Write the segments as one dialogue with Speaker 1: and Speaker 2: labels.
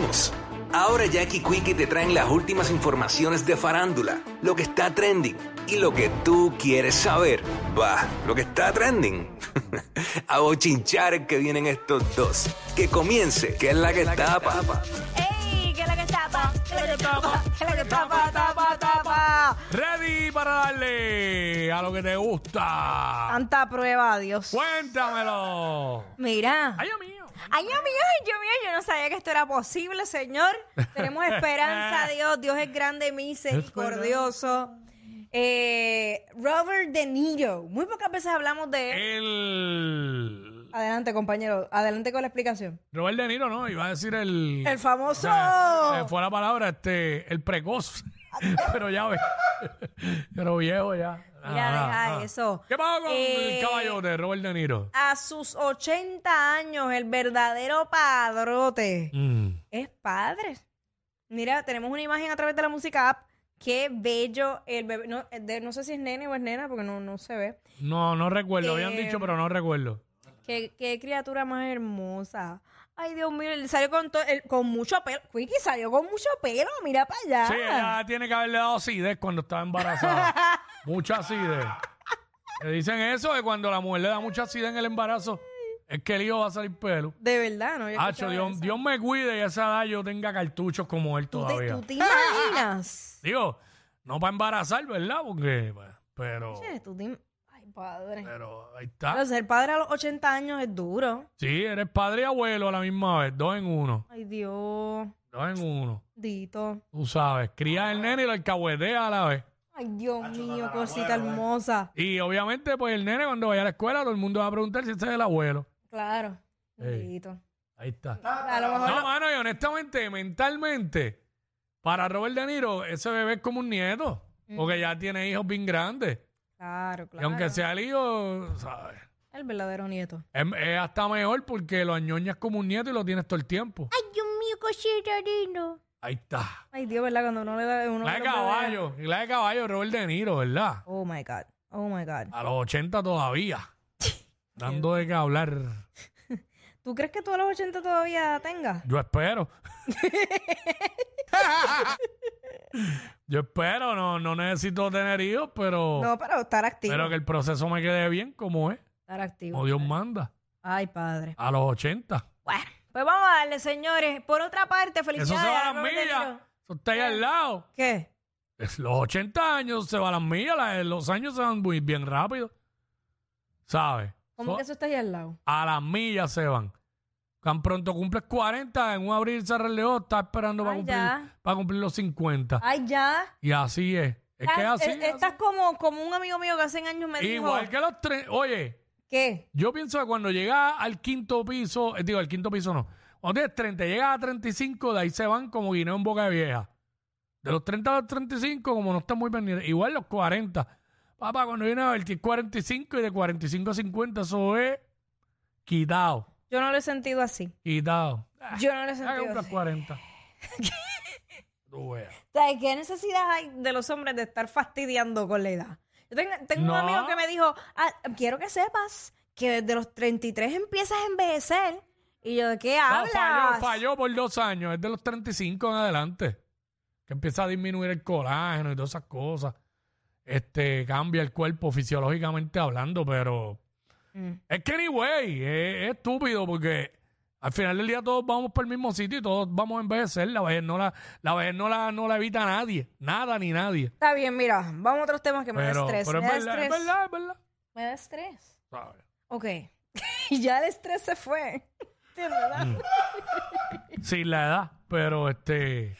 Speaker 1: News. Ahora Jack y Quickie te traen las últimas informaciones de farándula, lo que está trending y lo que tú quieres saber. Va, lo que está trending. A bochinchar que vienen estos dos. Que comience, que es la que tapa.
Speaker 2: ¡Ey! ¿Qué es la que tapa? Ah, ¿Qué es la que tapa? ¿Qué es la que tapa? Tapa, tapa.
Speaker 3: Ready para darle a lo que te gusta.
Speaker 2: Ah. Tanta prueba, adiós.
Speaker 3: Cuéntamelo.
Speaker 2: Mira.
Speaker 3: Ay, Dios mío.
Speaker 2: Ay, Dios mío, ay, Dios mío, yo no sabía que esto era posible, Señor. Tenemos esperanza, Dios. Dios es grande, misericordioso. Eh, Robert De Niro. Muy pocas veces hablamos de él.
Speaker 3: El.
Speaker 2: Adelante, compañero. Adelante con la explicación.
Speaker 3: Robert De Niro, ¿no? Iba a decir el.
Speaker 2: El famoso.
Speaker 3: Eh, eh, fue la palabra, este. El precoz. Pero ya ve. Pero viejo ya.
Speaker 2: Mira,
Speaker 3: Ah,
Speaker 2: deja
Speaker 3: ah.
Speaker 2: eso.
Speaker 3: ¿Qué pasó con
Speaker 2: Eh,
Speaker 3: el caballote, Robert De Niro?
Speaker 2: A sus 80 años, el verdadero padrote.
Speaker 3: Mm.
Speaker 2: Es padre. Mira, tenemos una imagen a través de la música app. Qué bello el bebé. No, eh, de- no sé si es nene o es nena porque no, no se ve.
Speaker 3: No, no recuerdo. Habían
Speaker 2: Eh,
Speaker 3: dicho, pero no recuerdo.
Speaker 2: Qué, qué criatura más hermosa. Ay, Dios mío, él salió con, to- él- con mucho pelo. Quickie salió con mucho pelo, mira para allá.
Speaker 3: Sí,
Speaker 2: Ah.
Speaker 3: ella tiene que haberle dado acidez cuando estaba embarazada. mucha acidez. Le dicen eso de cuando la mujer le da mucha acidez en el embarazo, es que el hijo va a salir pelo.
Speaker 2: De verdad, ¿no? Yo
Speaker 3: Hacho,
Speaker 2: escuchaba
Speaker 3: Ah, Dios,
Speaker 2: eso.
Speaker 3: Dios me cuide y a esa edad yo tenga cartuchos como él
Speaker 2: ¿Tú, te,
Speaker 3: todavía.
Speaker 2: tú te imaginas?
Speaker 3: Digo, no para embarazar, ¿verdad? Porque, pues, pero,
Speaker 2: Che, tú te im- Ay, padre.
Speaker 3: pero ahí
Speaker 2: Pero
Speaker 3: está.
Speaker 2: ser padre a los 80 años es duro.
Speaker 3: Sí, eres padre y abuelo a la misma vez, dos en uno,
Speaker 2: Ay, Dios.
Speaker 3: dos en uno.
Speaker 2: Dito.
Speaker 3: Tú sabes, cría el nene y lo alcahuetea a la vez.
Speaker 2: Ay, Dios mío, cosita hermosa.
Speaker 3: Y obviamente, pues el nene cuando vaya a la escuela, todo el mundo va a preguntar si este es el abuelo.
Speaker 2: Claro.
Speaker 3: Ey.
Speaker 2: Dito.
Speaker 3: Ahí está.
Speaker 2: A lo mejor
Speaker 3: No,
Speaker 2: lo-
Speaker 3: mano, y honestamente, mentalmente, para Robert De Niro, ese bebé es como un nieto, porque ya tiene hijos bien grandes.
Speaker 2: Claro,
Speaker 3: Y
Speaker 2: claro.
Speaker 3: aunque sea el hijo, ¿sabes?
Speaker 2: El verdadero nieto.
Speaker 3: Es, es hasta mejor porque lo añoñas como un nieto y lo tienes todo el tiempo.
Speaker 2: Ay, Dios mío, cosita lindo.
Speaker 3: Ahí está.
Speaker 2: Ay, Dios, ¿verdad? Cuando uno le da uno.
Speaker 3: La
Speaker 2: de
Speaker 3: de
Speaker 2: los bebés-
Speaker 3: caballo, la de caballo, Robert De Niro, ¿verdad?
Speaker 2: Oh my God. Oh my God.
Speaker 3: A los 80 todavía. Dando de qué hablar.
Speaker 2: ¿Tú crees que tú a los 80 todavía tengas?
Speaker 3: Yo espero. Yo espero, no, no necesito tener hijos, pero...
Speaker 2: No, pero estar activo.
Speaker 3: Pero que el proceso me quede bien, como es,
Speaker 2: Estar activo.
Speaker 3: como Dios manda,
Speaker 2: Ay, padre.
Speaker 3: a los 80.
Speaker 2: Bueno, pues vamos a darle, señores. Por otra parte, felicidades.
Speaker 3: Eso se va a las
Speaker 2: Robert De
Speaker 3: millas,
Speaker 2: Niro.
Speaker 3: eso está ahí al lado.
Speaker 2: ¿Qué?
Speaker 3: Es los 80 años se va a las millas, la- los años se van muy bien rápido. ¿Sabes?
Speaker 2: ¿Cómo
Speaker 3: So-
Speaker 2: que eso está ahí al lado?
Speaker 3: A las millas se van. Tan pronto cumples 40, en un abrir y cerrar de ojos, estás esperando para
Speaker 2: Ay,
Speaker 3: cumplir,
Speaker 2: ya.
Speaker 3: para cumplir los 50.
Speaker 2: Ay, ya.
Speaker 3: Y así es. Es que es
Speaker 2: Ah,
Speaker 3: así.
Speaker 2: eh, Estás como, como un amigo mío que hace años me dijo.
Speaker 3: Igual que los tres. Oye,
Speaker 2: ¿Qué?
Speaker 3: Yo pienso que cuando llegas al quinto piso, eh, digo, al quinto piso no. Cuando tienes 30, llegas a 35, de ahí se van como guineo en boca de vieja. De los 30 a los 35, como no están muy pendientes. Igual los 40. Papá, cuando viene a ver, tienes 45 y de 45 a 50, eso es quitado,
Speaker 2: Yo no lo he sentido así.
Speaker 3: quitado. Ah,
Speaker 2: Yo no lo he
Speaker 3: ya que
Speaker 2: sentido
Speaker 3: cumplas
Speaker 2: así.
Speaker 3: 40. Tú veas.
Speaker 2: ¿Sabes qué necesidad hay de los hombres de estar fastidiando con la edad? Yo tengo, tengo
Speaker 3: No.
Speaker 2: un amigo que me dijo, "Ah, quiero que sepas que desde los 33 empiezas a envejecer. Y yo, ¿de qué
Speaker 3: No,
Speaker 2: hablas?
Speaker 3: falló, falló por dos años. Es de los 35 en adelante. Que empieza a disminuir el colágeno y todas esas cosas. Este, cambia el cuerpo fisiológicamente hablando, pero...
Speaker 2: Mm.
Speaker 3: Es que anyway, es, es estúpido porque al final del día todos vamos para el mismo sitio y todos vamos a envejecer. La vejez no la, la, vejez no la, no la evita nadie. Nada ni nadie.
Speaker 2: Está bien, mira, vamos a otros temas que me da
Speaker 3: Pero,
Speaker 2: estrés.
Speaker 3: pero es,
Speaker 2: me da
Speaker 3: verdad, es
Speaker 2: estrés.
Speaker 3: verdad, es verdad.
Speaker 2: Me da estrés.
Speaker 3: ¿Sabes?
Speaker 2: Ok. Y ya el estrés se fue. ¿Entiendes, verdad?
Speaker 3: Mm. Sin la edad, pero este.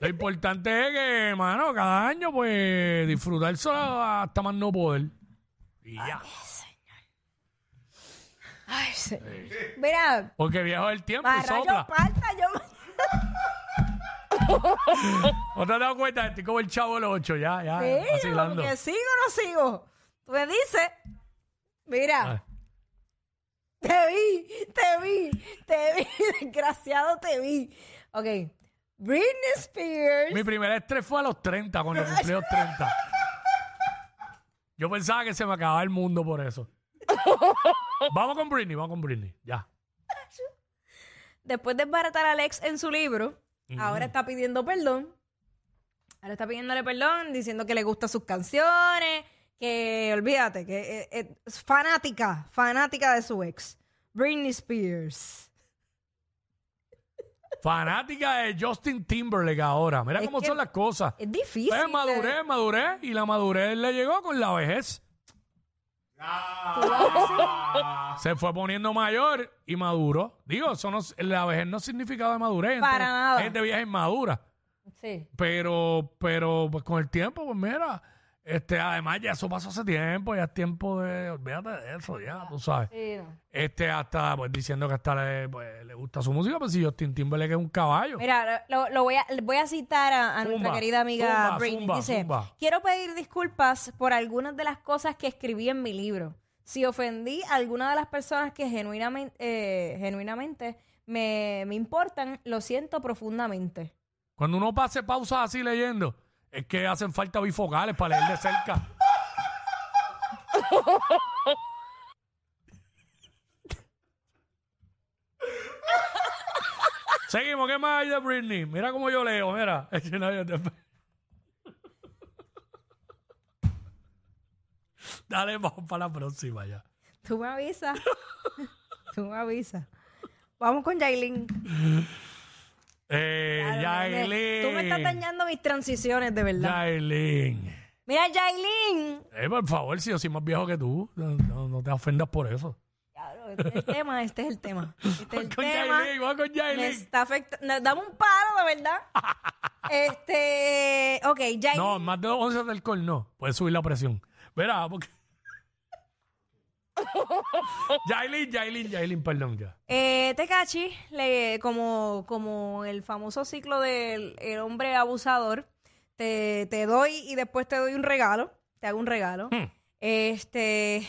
Speaker 3: Lo importante es que, hermano, cada año, pues, disfrutar solo hasta más no poder. Y ya.
Speaker 2: Ay, señor. Mira,
Speaker 3: Porque viejo es el tiempo y
Speaker 2: para yo
Speaker 3: sopla.
Speaker 2: falta, yo...
Speaker 3: ¿No te has dado cuenta? Estoy como el chavo de los ocho, ya, ya.
Speaker 2: Sí,
Speaker 3: Ah, vacilando.
Speaker 2: porque sigo o no sigo. Tú me dices, mira,
Speaker 3: Ah,
Speaker 2: te vi, te vi, te vi, desgraciado, te vi. Ok, Britney Spears.
Speaker 3: Mi primer estrés fue a los 30, cuando cumplí los 30. Yo pensaba que se me acababa el mundo por eso. vamos con Britney, vamos con Britney, ya.
Speaker 2: después de desbaratar al ex en su libro, ahora está pidiendo perdón. Ahora está pidiéndole perdón, diciendo que le gustan sus canciones, que olvídate, que eh, eh, es fanática, fanática de su ex, Britney Spears.
Speaker 3: Fanática de Justin Timberlake ahora. Mira
Speaker 2: Es
Speaker 3: cómo
Speaker 2: que
Speaker 3: son las cosas.
Speaker 2: Es difícil.
Speaker 3: Pues maduré, maduré. Y la madurez le llegó con la vejez.
Speaker 2: Ah.
Speaker 3: Se fue poniendo mayor y maduro. Digo, eso no, la vejez no es significado de madurez. Gente-
Speaker 2: Para nada.
Speaker 3: Gente vieja inmadura.
Speaker 2: Sí.
Speaker 3: Pero, pero, pues con el tiempo, pues mira, este, además ya eso pasó hace tiempo, ya es tiempo de, olvídate de eso, ya, tú sabes.
Speaker 2: Sí, no.
Speaker 3: Este hasta, pues diciendo que hasta le, pues, le gusta su música, pues si Justin Timberlake es un caballo.
Speaker 2: Mira, lo, lo voy, a, voy a citar a, a nuestra
Speaker 3: Zumba,
Speaker 2: querida amiga
Speaker 3: zumba,
Speaker 2: Britney.
Speaker 3: zumba,
Speaker 2: Dice,
Speaker 3: zumba.
Speaker 2: quiero pedir disculpas por algunas de las cosas que escribí en mi libro. Si ofendí a alguna de las personas que genuinamente, eh, genuinamente me, me importan, lo siento profundamente.
Speaker 3: Cuando uno pase pausas así leyendo, es que hacen falta bifocales para leer de cerca. Seguimos, ¿qué más hay de Britney? Mira cómo yo leo, mira. Es que nadie te- Dale, vamos para la próxima ya.
Speaker 2: Tú me avisas. Tú me avisas. Vamos con Yailin.
Speaker 3: Eh, Yailin.
Speaker 2: Tú me estás dañando mis transiciones, de verdad.
Speaker 3: Yailin.
Speaker 2: Mira, Yailin.
Speaker 3: Eh, por favor, si yo soy más viejo que tú, no- no- no te ofendas por eso.
Speaker 2: Diablo, Este es el tema, este es el tema. Este es
Speaker 3: Voy
Speaker 2: el
Speaker 3: con
Speaker 2: tema.
Speaker 3: Yailin, voy con
Speaker 2: Me
Speaker 3: Yailin.
Speaker 2: está afectando. Dame un paro, de verdad. este. Ok, Yailin.
Speaker 3: No, más de 11 de alcohol no. Puedes subir la presión. Verá, porque. Yailin, Yailin, Yailin, perdón ya.
Speaker 2: Eh, Tekashi, le, como, como el famoso ciclo del el hombre abusador, te, te doy y después te doy un regalo. Te hago un regalo.
Speaker 3: Hmm.
Speaker 2: Este.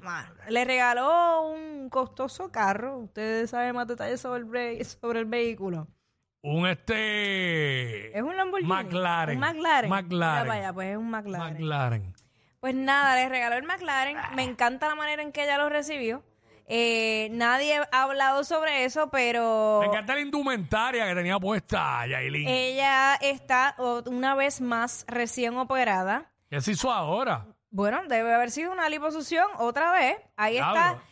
Speaker 2: mano, le regaló un costoso carro. Ustedes saben más detalles sobre el, ve- sobre el vehículo.
Speaker 3: Un este.
Speaker 2: Es un Lamborghini.
Speaker 3: McLaren.
Speaker 2: Un McLaren.
Speaker 3: McLaren.
Speaker 2: Mira para allá, pues es un McLaren.
Speaker 3: McLaren.
Speaker 2: Pues nada, les regaló el McLaren. Me encanta la manera en que ella lo recibió. Eh, nadie ha hablado sobre eso, pero
Speaker 3: Me encanta la indumentaria que tenía puesta Yailin.
Speaker 2: ella está o- una vez más recién operada.
Speaker 3: ¿Qué se hizo ahora?
Speaker 2: Bueno, debe haber sido una liposucción otra vez. Ahí
Speaker 3: Diablo.
Speaker 2: está.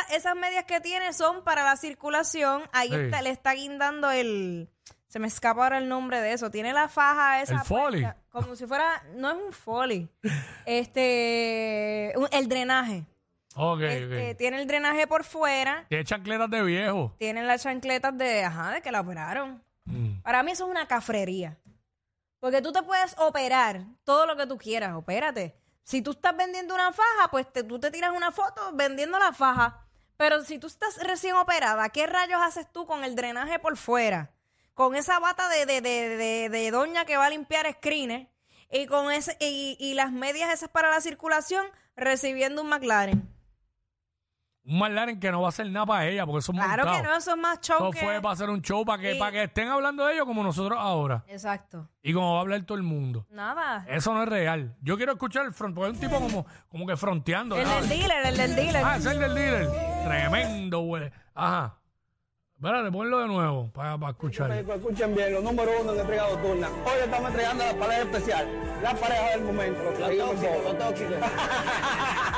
Speaker 2: Esa- esas medias que tiene son para la circulación. Ahí
Speaker 3: Sí.
Speaker 2: está, le está guindando el... Se me escapa ahora el nombre de eso. Tiene la faja esa.
Speaker 3: El Foley.
Speaker 2: puesta, Como si fuera... No es un foley. Este... un- el drenaje.
Speaker 3: Ok,
Speaker 2: Este,
Speaker 3: ok.
Speaker 2: Tiene el drenaje por fuera,
Speaker 3: Tiene chancletas de viejo.
Speaker 2: tiene las chancletas de, ajá, de que la operaron.
Speaker 3: Mm.
Speaker 2: Para mí eso es una cafrería. Porque tú te puedes operar todo lo que tú quieras, opérate. Si tú estás vendiendo una faja, pues te- tú te tiras una foto vendiendo la faja. Pero si tú estás recién operada, ¿qué rayos haces tú con el drenaje por fuera? Con esa bata de, de, de, de- de doña que va a limpiar screenes y con ese, y, y las medias esas para la circulación, recibiendo un McLaren.
Speaker 3: Un McLaren que no va a hacer nada para ella porque son
Speaker 2: Claro que
Speaker 3: montados.
Speaker 2: no, eso es más show
Speaker 3: Eso
Speaker 2: que-
Speaker 3: fue para hacer un show, para que,
Speaker 2: Sí.
Speaker 3: para que estén hablando de ellos como nosotros ahora.
Speaker 2: Exacto.
Speaker 3: Y como va a hablar todo el mundo.
Speaker 2: Nada.
Speaker 3: Eso no es real. Yo quiero escuchar el front, porque es un tipo como, como que fronteando.
Speaker 2: El
Speaker 3: ¿sabes?
Speaker 2: del dealer, el del dealer.
Speaker 3: Ah, es el del dealer. Tremendo, güey. Ajá. Espérate, ponlo de nuevo para, para escuchar.
Speaker 4: Rico, pues, escuchen bien, los número uno de entrega nocturna. Hoy estamos entregando la pareja especial, la pareja del momento. Los tóxicos, los tóxicos.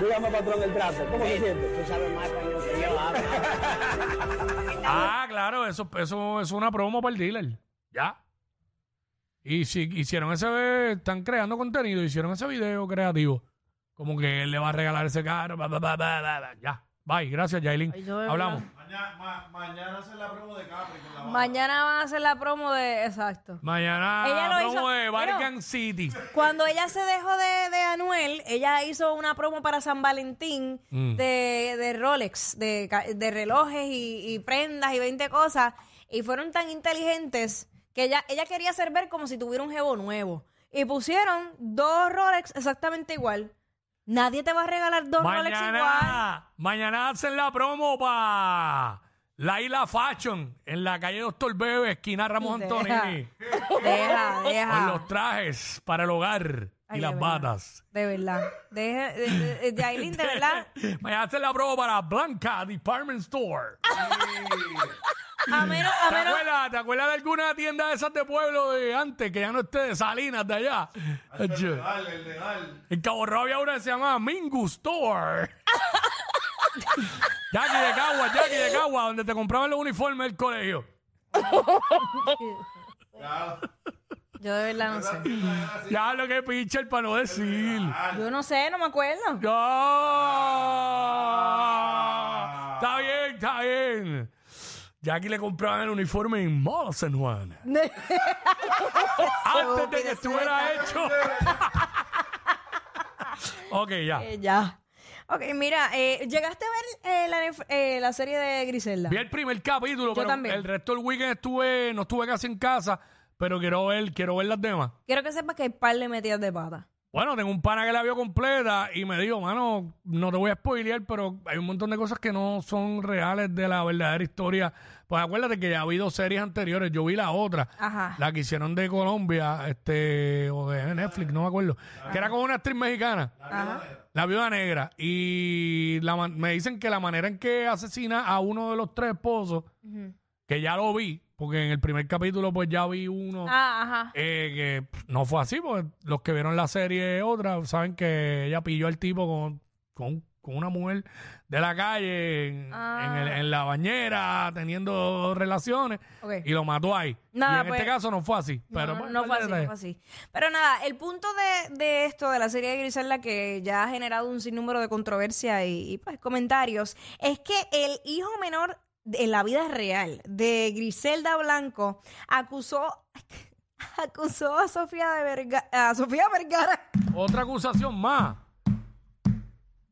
Speaker 4: Dígame, patrón, el trato. ¿Cómo se siente? Tú sabes más español que yo.
Speaker 3: Ah, claro, eso, eso es una promo para el dealer. Ya. Y si hicieron ese, ve- están creando contenido, hicieron ese video creativo. Como que él le va a regalar ese carro. bla, bla, bla, bla, bla, bla. Ya. Bye, gracias, Yailin.
Speaker 2: Ay, yo de
Speaker 3: Hablamos.
Speaker 5: Mañana, ma- mañana hace la promo de Capri con la banda.
Speaker 2: Mañana van a hacer la promo de. Exacto.
Speaker 3: Mañana
Speaker 2: Ella lo
Speaker 3: promo
Speaker 2: hizo-
Speaker 3: de Bargan
Speaker 2: Pero-
Speaker 3: City.
Speaker 2: Cuando ella se dejó de, de Anuel, ella hizo una promo para San Valentín
Speaker 3: Mm.
Speaker 2: de, de Rolex, de, ca- de relojes y, y prendas y 20 cosas. Y fueron tan inteligentes que ella, ella quería hacer ver como si tuviera un jevo nuevo. Y pusieron dos Rolex exactamente igual. Nadie te va a regalar dos Rolex igual.
Speaker 3: Mañana, mañana hacen la promo para la Isla Fashion en la calle Doctor Bebe, esquina Ramos
Speaker 2: Deja.
Speaker 3: Antonini.
Speaker 2: Deja,
Speaker 3: Con
Speaker 2: deja.
Speaker 3: los trajes para el hogar.
Speaker 2: Ah. Ay,
Speaker 3: y
Speaker 2: de
Speaker 3: las
Speaker 2: verdad.
Speaker 3: batas.
Speaker 2: De verdad. Deje- De, de, de- de Aileen, de verdad.
Speaker 3: Me hace la prueba para Blanca Department Store.
Speaker 2: A menos, a
Speaker 3: ¿Te
Speaker 2: menos.
Speaker 3: acuerdas, ¿Te acuerdas de alguna tienda de esas de pueblo de antes que ya no esté de Salinas de allá? Acho.
Speaker 5: Legal, el legal.
Speaker 3: En Cabo Rojo había una que se llamaba Mingu Store. Jackie de Cagua, Jackie de Cagua, donde te compraban los uniformes del colegio.
Speaker 5: Ya,
Speaker 2: Yo de verdad no sé.
Speaker 3: Ya lo que pinche el para no decir.
Speaker 2: Yo no sé, no me acuerdo.
Speaker 3: ¡Ah! Está bien, está bien. Jackie le compraban el uniforme en Mall San Juan. Antes de que estuviera hecho. ok, ya.
Speaker 2: Eh, ya. Ok, mira, eh, llegaste a ver eh, la, nef- eh, la serie de Griselda.
Speaker 3: Vi el primer capítulo, pero
Speaker 2: también.
Speaker 3: el resto del weekend estuve, no estuve casi en casa, pero quiero ver, quiero ver las demás.
Speaker 2: Quiero que sepas que hay par de metidas de pata.
Speaker 3: Bueno, tengo un pana que la vio completa y me dijo, mano, no te voy a spoilear, pero hay un montón de cosas que no son reales de la verdadera historia. Pues acuérdate que ya ha habido series anteriores, yo vi la otra,
Speaker 2: Ajá.
Speaker 3: la que hicieron de Colombia, este, o de Netflix, no me acuerdo, que era con una actriz mexicana. La viuda negra. Y la man- me dicen que la manera en que asesina a uno de los tres esposos, que ya lo vi, porque en el primer capítulo pues ya vi uno
Speaker 2: Ah, ajá.
Speaker 3: eh, que pff, no fue así, porque los que vieron la serie otra saben que ella pilló al tipo con, con, con una mujer de la calle en,
Speaker 2: Ah.
Speaker 3: en el- en la bañera teniendo relaciones
Speaker 2: Ok.
Speaker 3: y lo mató ahí.
Speaker 2: Nada,
Speaker 3: y en
Speaker 2: pues-
Speaker 3: este caso no fue así.
Speaker 2: No,
Speaker 3: Pero
Speaker 2: no,
Speaker 3: pues,
Speaker 2: no fue
Speaker 3: vale,
Speaker 2: así, no fue así. Pero nada, el punto de, de esto, de la serie de Griselda, que ya ha generado un sinnúmero de controversia y, y, pues comentarios, es que el hijo menor de- en la vida real de Griselda Blanco acusó acusó a Sofía de Verga- a Sofía Vergara.
Speaker 3: Otra acusación más.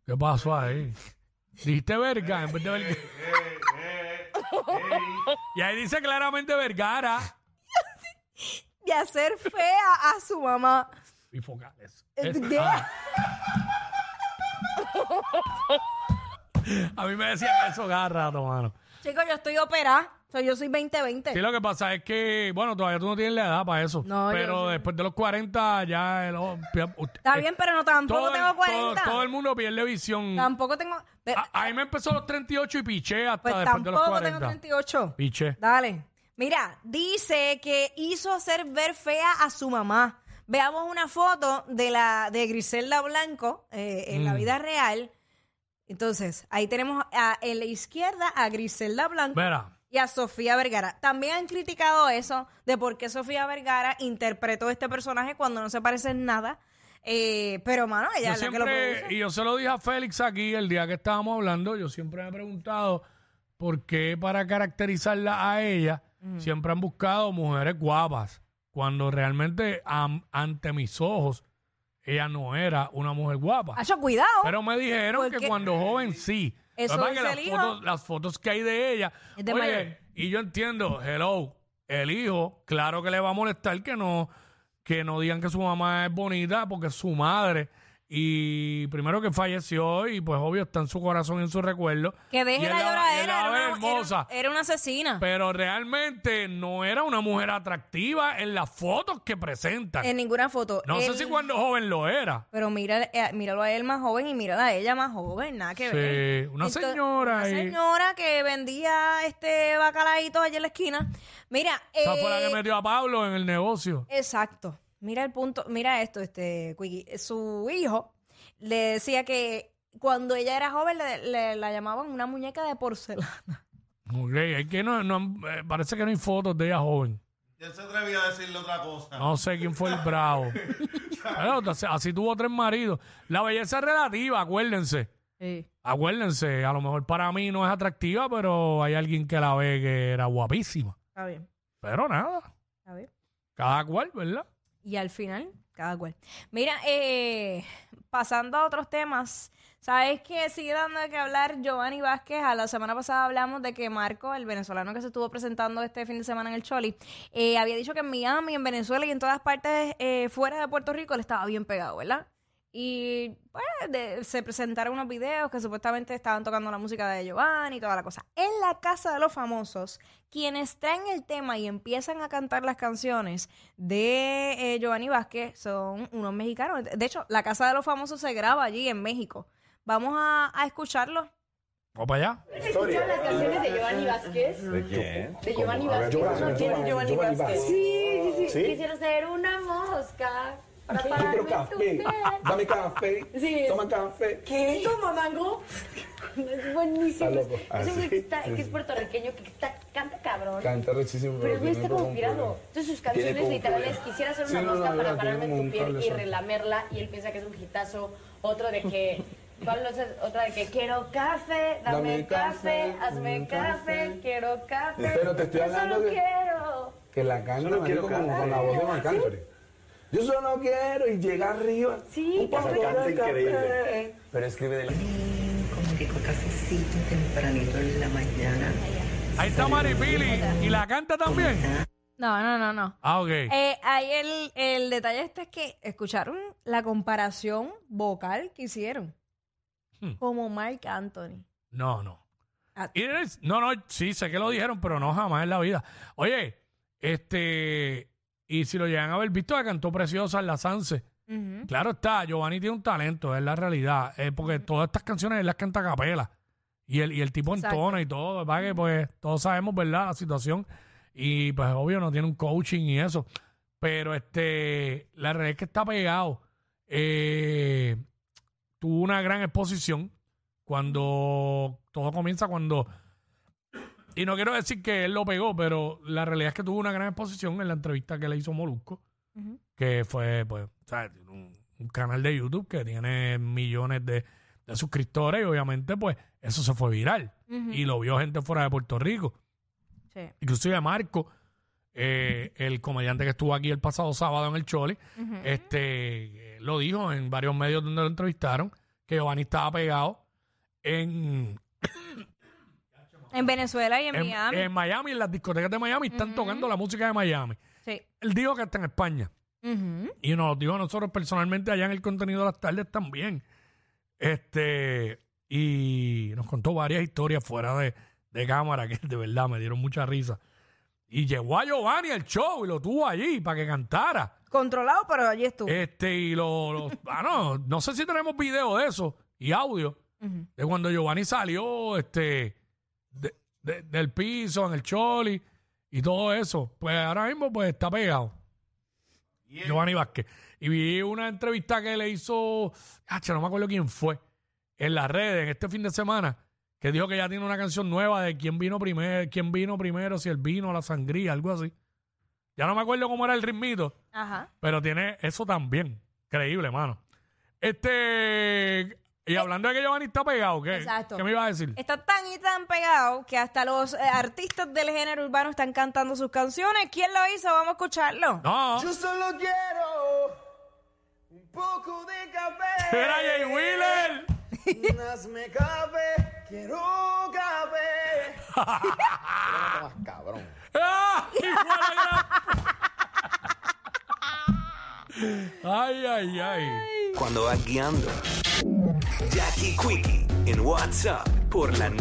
Speaker 3: ¿Qué pasó ahí? Dijiste verga en vez de verga. Y ahí dice claramente Vergara.
Speaker 2: de hacer fea a su mamá.
Speaker 3: Y focales.
Speaker 2: Eh,
Speaker 3: Es-
Speaker 2: ¿qué?
Speaker 3: ah. A mí me decían eso cada rato, mano.
Speaker 2: Chicos, yo estoy operada. O sea, yo soy 2020.
Speaker 3: Sí, lo que pasa es que, bueno, todavía tú no tienes la edad para eso.
Speaker 2: No, yo
Speaker 3: pero
Speaker 2: no sé.
Speaker 3: después de los 40 ya... El, ojo- pi- usted-
Speaker 2: Está bien, pero no tampoco
Speaker 3: eh, todo el-
Speaker 2: tengo 40.
Speaker 3: Todo, todo el mundo pierde visión.
Speaker 2: Tampoco tengo. pe-
Speaker 3: A- ahí me empezó a los 38 y piché hasta
Speaker 2: pues
Speaker 3: ah, después de los
Speaker 2: tampoco
Speaker 3: 40.
Speaker 2: tengo 38.
Speaker 3: Piché.
Speaker 2: Dale. Mira, dice que hizo hacer ver fea a su mamá. Veamos una foto de la de Griselda Blanco eh, en
Speaker 3: Mm.
Speaker 2: la vida real. Entonces, ahí tenemos a, en la izquierda a Griselda Blanco.
Speaker 3: Mira,
Speaker 2: y a Sofía Vergara. También han criticado eso de por qué Sofía Vergara interpretó este personaje cuando no se parece en nada. Eh, pero, mano, ella
Speaker 3: yo
Speaker 2: es la que lo
Speaker 3: siempre...
Speaker 2: produce.
Speaker 3: Y yo se lo dije a Félix aquí el día que estábamos hablando. Yo siempre me he preguntado por qué para caracterizarla a ella siempre han buscado mujeres guapas. Cuando realmente am- ante mis ojos ella no era una mujer guapa.
Speaker 2: Hacho, cuidado.
Speaker 3: Pero me dijeron
Speaker 2: Porque-
Speaker 3: que cuando joven sí.
Speaker 2: Eso
Speaker 3: Lo que pasa es que
Speaker 2: dice el
Speaker 3: las
Speaker 2: hijo.
Speaker 3: fotos, las fotos que hay de ella.
Speaker 2: Es de
Speaker 3: oye,
Speaker 2: mayor.
Speaker 3: y yo entiendo, hello, el hijo, claro que le va a molestar que no, que no digan que su mamá es bonita porque es su madre. Y primero que falleció, y pues obvio está en su corazón y en su recuerdo.
Speaker 2: que deje
Speaker 3: Y él
Speaker 2: la
Speaker 3: va- y él
Speaker 2: lloradera.
Speaker 3: la
Speaker 2: Era
Speaker 3: va a
Speaker 2: una,
Speaker 3: ver
Speaker 2: era-
Speaker 3: hermosa.
Speaker 2: era una asesina.
Speaker 3: Pero realmente no era una mujer atractiva en las fotos que presentan.
Speaker 2: en ninguna foto.
Speaker 3: no sé
Speaker 2: Él-
Speaker 3: si cuando joven lo era.
Speaker 2: Pero mira, eh, míralo a él más joven y mírala a ella más joven. Nada que
Speaker 3: Sí,
Speaker 2: ver.
Speaker 3: una
Speaker 2: Entonces,
Speaker 3: señora
Speaker 2: Una
Speaker 3: ahí.
Speaker 2: señora que vendía este bacalaíto allá en la esquina. Mira.
Speaker 3: Esa fue la
Speaker 2: eh,
Speaker 3: que metió a Pablo en el negocio.
Speaker 2: Exacto. Mira el punto, mira esto, este, Quickie. Su hijo le decía que cuando ella era joven le, le- la llamaban una muñeca de porcelana.
Speaker 3: Ok, es que no, no han- eh, parece que no hay fotos de ella joven.
Speaker 5: Y él se atrevía a decirle otra cosa.
Speaker 3: No sé quién fue el bravo. Pero así, así tuvo tres maridos. La belleza es relativa, acuérdense. Acuérdense, a lo mejor para mí no es atractiva, pero hay alguien que la ve que era guapísima.
Speaker 2: Está bien,
Speaker 3: Pero nada,
Speaker 2: está bien.
Speaker 3: cada cual, ¿verdad?
Speaker 2: Y al final, cada cual. Mira, eh, pasando a otros temas, ¿sabes qué? Sigue dando de qué hablar Giovanni Vázquez. A la semana pasada hablamos de que Marco, el venezolano que se estuvo presentando este fin de semana en el Choli, eh, había dicho que en Miami, en Venezuela y en todas partes eh, fuera de Puerto Rico, él estaba bien pegado, ¿verdad? Y pues de- se presentaron unos videos que supuestamente estaban tocando la música de Giovanni y toda la cosa. En la casa de los famosos, quienes traen el tema y empiezan a cantar las canciones de eh, Giovanni Vázquez son unos mexicanos. De hecho, la casa de los famosos se graba allí en México. Vamos a, a escucharlo.
Speaker 3: Vamos para allá.
Speaker 6: ¿Escucharon las canciones de Giovanni Vázquez? ¿De quién? De Giovanni Vázquez. ¿No tiene Giovanni Vázquez? Sí, sí, sí. Quisiera ser una mosca para pararme en tu piel.
Speaker 7: Dame café.
Speaker 6: Sí.
Speaker 7: Toma café.
Speaker 6: ¿Qué? ¿Toma mango? Es buenísimo.
Speaker 7: Ah,
Speaker 6: Es un güey que, está- que es puertorriqueño, que está, canta cabrón.
Speaker 7: Canta rechísimo.
Speaker 6: Pero el güey
Speaker 7: tiene
Speaker 6: está
Speaker 7: como
Speaker 6: como
Speaker 7: un
Speaker 6: pirado.
Speaker 7: problema.
Speaker 6: Entonces sus
Speaker 7: Tiene
Speaker 6: canciones
Speaker 7: como un
Speaker 6: literales,
Speaker 7: problema.
Speaker 6: quisiera ser
Speaker 7: Sí,
Speaker 6: una
Speaker 7: no, no,
Speaker 6: mosca
Speaker 7: no,
Speaker 6: para
Speaker 7: tiene
Speaker 6: pararme
Speaker 7: como
Speaker 6: en
Speaker 7: un
Speaker 6: tu piel y
Speaker 7: cabezazo.
Speaker 6: relamerla y él piensa que es un hitazo. Otro de que, ¿cuál no sé? Otra de que quiero café, dame,
Speaker 7: Dame
Speaker 6: café,
Speaker 7: café,
Speaker 6: hazme
Speaker 7: dame
Speaker 6: café,
Speaker 7: café.
Speaker 6: quiero café.
Speaker 7: Pero te estoy
Speaker 6: yo
Speaker 7: hablando
Speaker 6: solo
Speaker 7: de-
Speaker 6: quiero.
Speaker 7: Que la canta marico, como con la voz de McCantory. Yo solo quiero y llega arriba.
Speaker 6: Sí,
Speaker 7: un poco
Speaker 6: pero-
Speaker 7: de café. Pero escribe de
Speaker 8: como que con cafecito tempranito en la mañana.
Speaker 3: Ahí está Maripili. ¿Y la canta también?
Speaker 2: No, no, no, no.
Speaker 3: Ah, ok.
Speaker 2: Eh, ahí el, el detalle este es que escucharon la comparación vocal que hicieron.
Speaker 3: Hmm.
Speaker 2: Como Mark Anthony.
Speaker 3: No, no.
Speaker 2: Ah.
Speaker 3: Y eres- no, no, sí, sé que lo dijeron, pero no jamás en la vida. Oye, este, y si lo llegan a haber visto, la cantó preciosa en la Sanse.
Speaker 2: Ujú.
Speaker 3: Claro está, Giovanni tiene un talento, es la realidad, eh, porque todas estas canciones él las canta a capela. Y el, y el tipo
Speaker 2: Exacto.
Speaker 3: entona y todo, ¿verdad? Que pues todos sabemos, ¿verdad? La situación. Y pues obvio no tiene un coaching y eso. Pero este, la realidad es que está pegado. Eh, tuvo una gran exposición cuando todo comienza cuando y no quiero decir que él lo pegó pero la realidad es que tuvo una gran exposición en la entrevista que le hizo Molusco
Speaker 2: Ujú.
Speaker 3: que fue pues o sea, tiene un, un canal de YouTube que tiene millones de, de suscriptores y obviamente pues eso se fue viral
Speaker 2: Ujú.
Speaker 3: y lo vio gente fuera de Puerto Rico
Speaker 2: Sí.
Speaker 3: inclusive Marco, eh, el comediante que estuvo aquí el pasado sábado en el Choli, este eh, lo dijo en varios medios donde lo entrevistaron, que Giovanni estaba pegado en,
Speaker 2: En Venezuela y en,
Speaker 3: en,
Speaker 2: Miami.
Speaker 3: en Miami, en las discotecas de Miami, están tocando la música de Miami.
Speaker 2: sí.
Speaker 3: Él dijo que está en España.
Speaker 2: Ujú.
Speaker 3: Y nos lo dijo a nosotros personalmente allá en el contenido de las tardes también. Este, y nos contó varias historias fuera de, de cámara que de verdad me dieron mucha risa. Y llegó a Giovanni al show y lo tuvo allí para que cantara.
Speaker 2: Controlado, pero allí estuvo.
Speaker 3: Este, y lo, lo- ah, no, no sé si tenemos video de eso y audio
Speaker 2: Ujú.
Speaker 3: de cuando Giovanni salió este de- de- del piso en el choli y todo eso. Pues ahora mismo pues está pegado. Giovanni Vázquez. Y vi una entrevista que le hizo, hacha, no me acuerdo quién fue, en las redes, en este fin de semana, que dijo que ya tiene una canción nueva de quién vino primero, quién vino primero, si el vino, la sangría, algo así. Ya no me acuerdo cómo era el ritmito,
Speaker 2: Ajá.
Speaker 3: pero tiene eso también. Creíble, mano. Este, y hablando de que Giovanni está pegado, ¿qué,
Speaker 2: Exacto.
Speaker 3: ¿qué me ibas a decir?
Speaker 2: Está tan y tan pegado que hasta los eh, artistas del género urbano están cantando sus canciones. ¿Quién lo hizo? Vamos a escucharlo.
Speaker 3: No,
Speaker 4: Yo solo quiero un poco de café.
Speaker 3: era Jay Wheeler.
Speaker 4: Hazme café, quiero café. No tomas, cabrón.
Speaker 3: ¡Ah! Y fue la gran- ay, ay, ay.
Speaker 1: Cuando vas guiando. Jackie Quickie en WhatsApp por la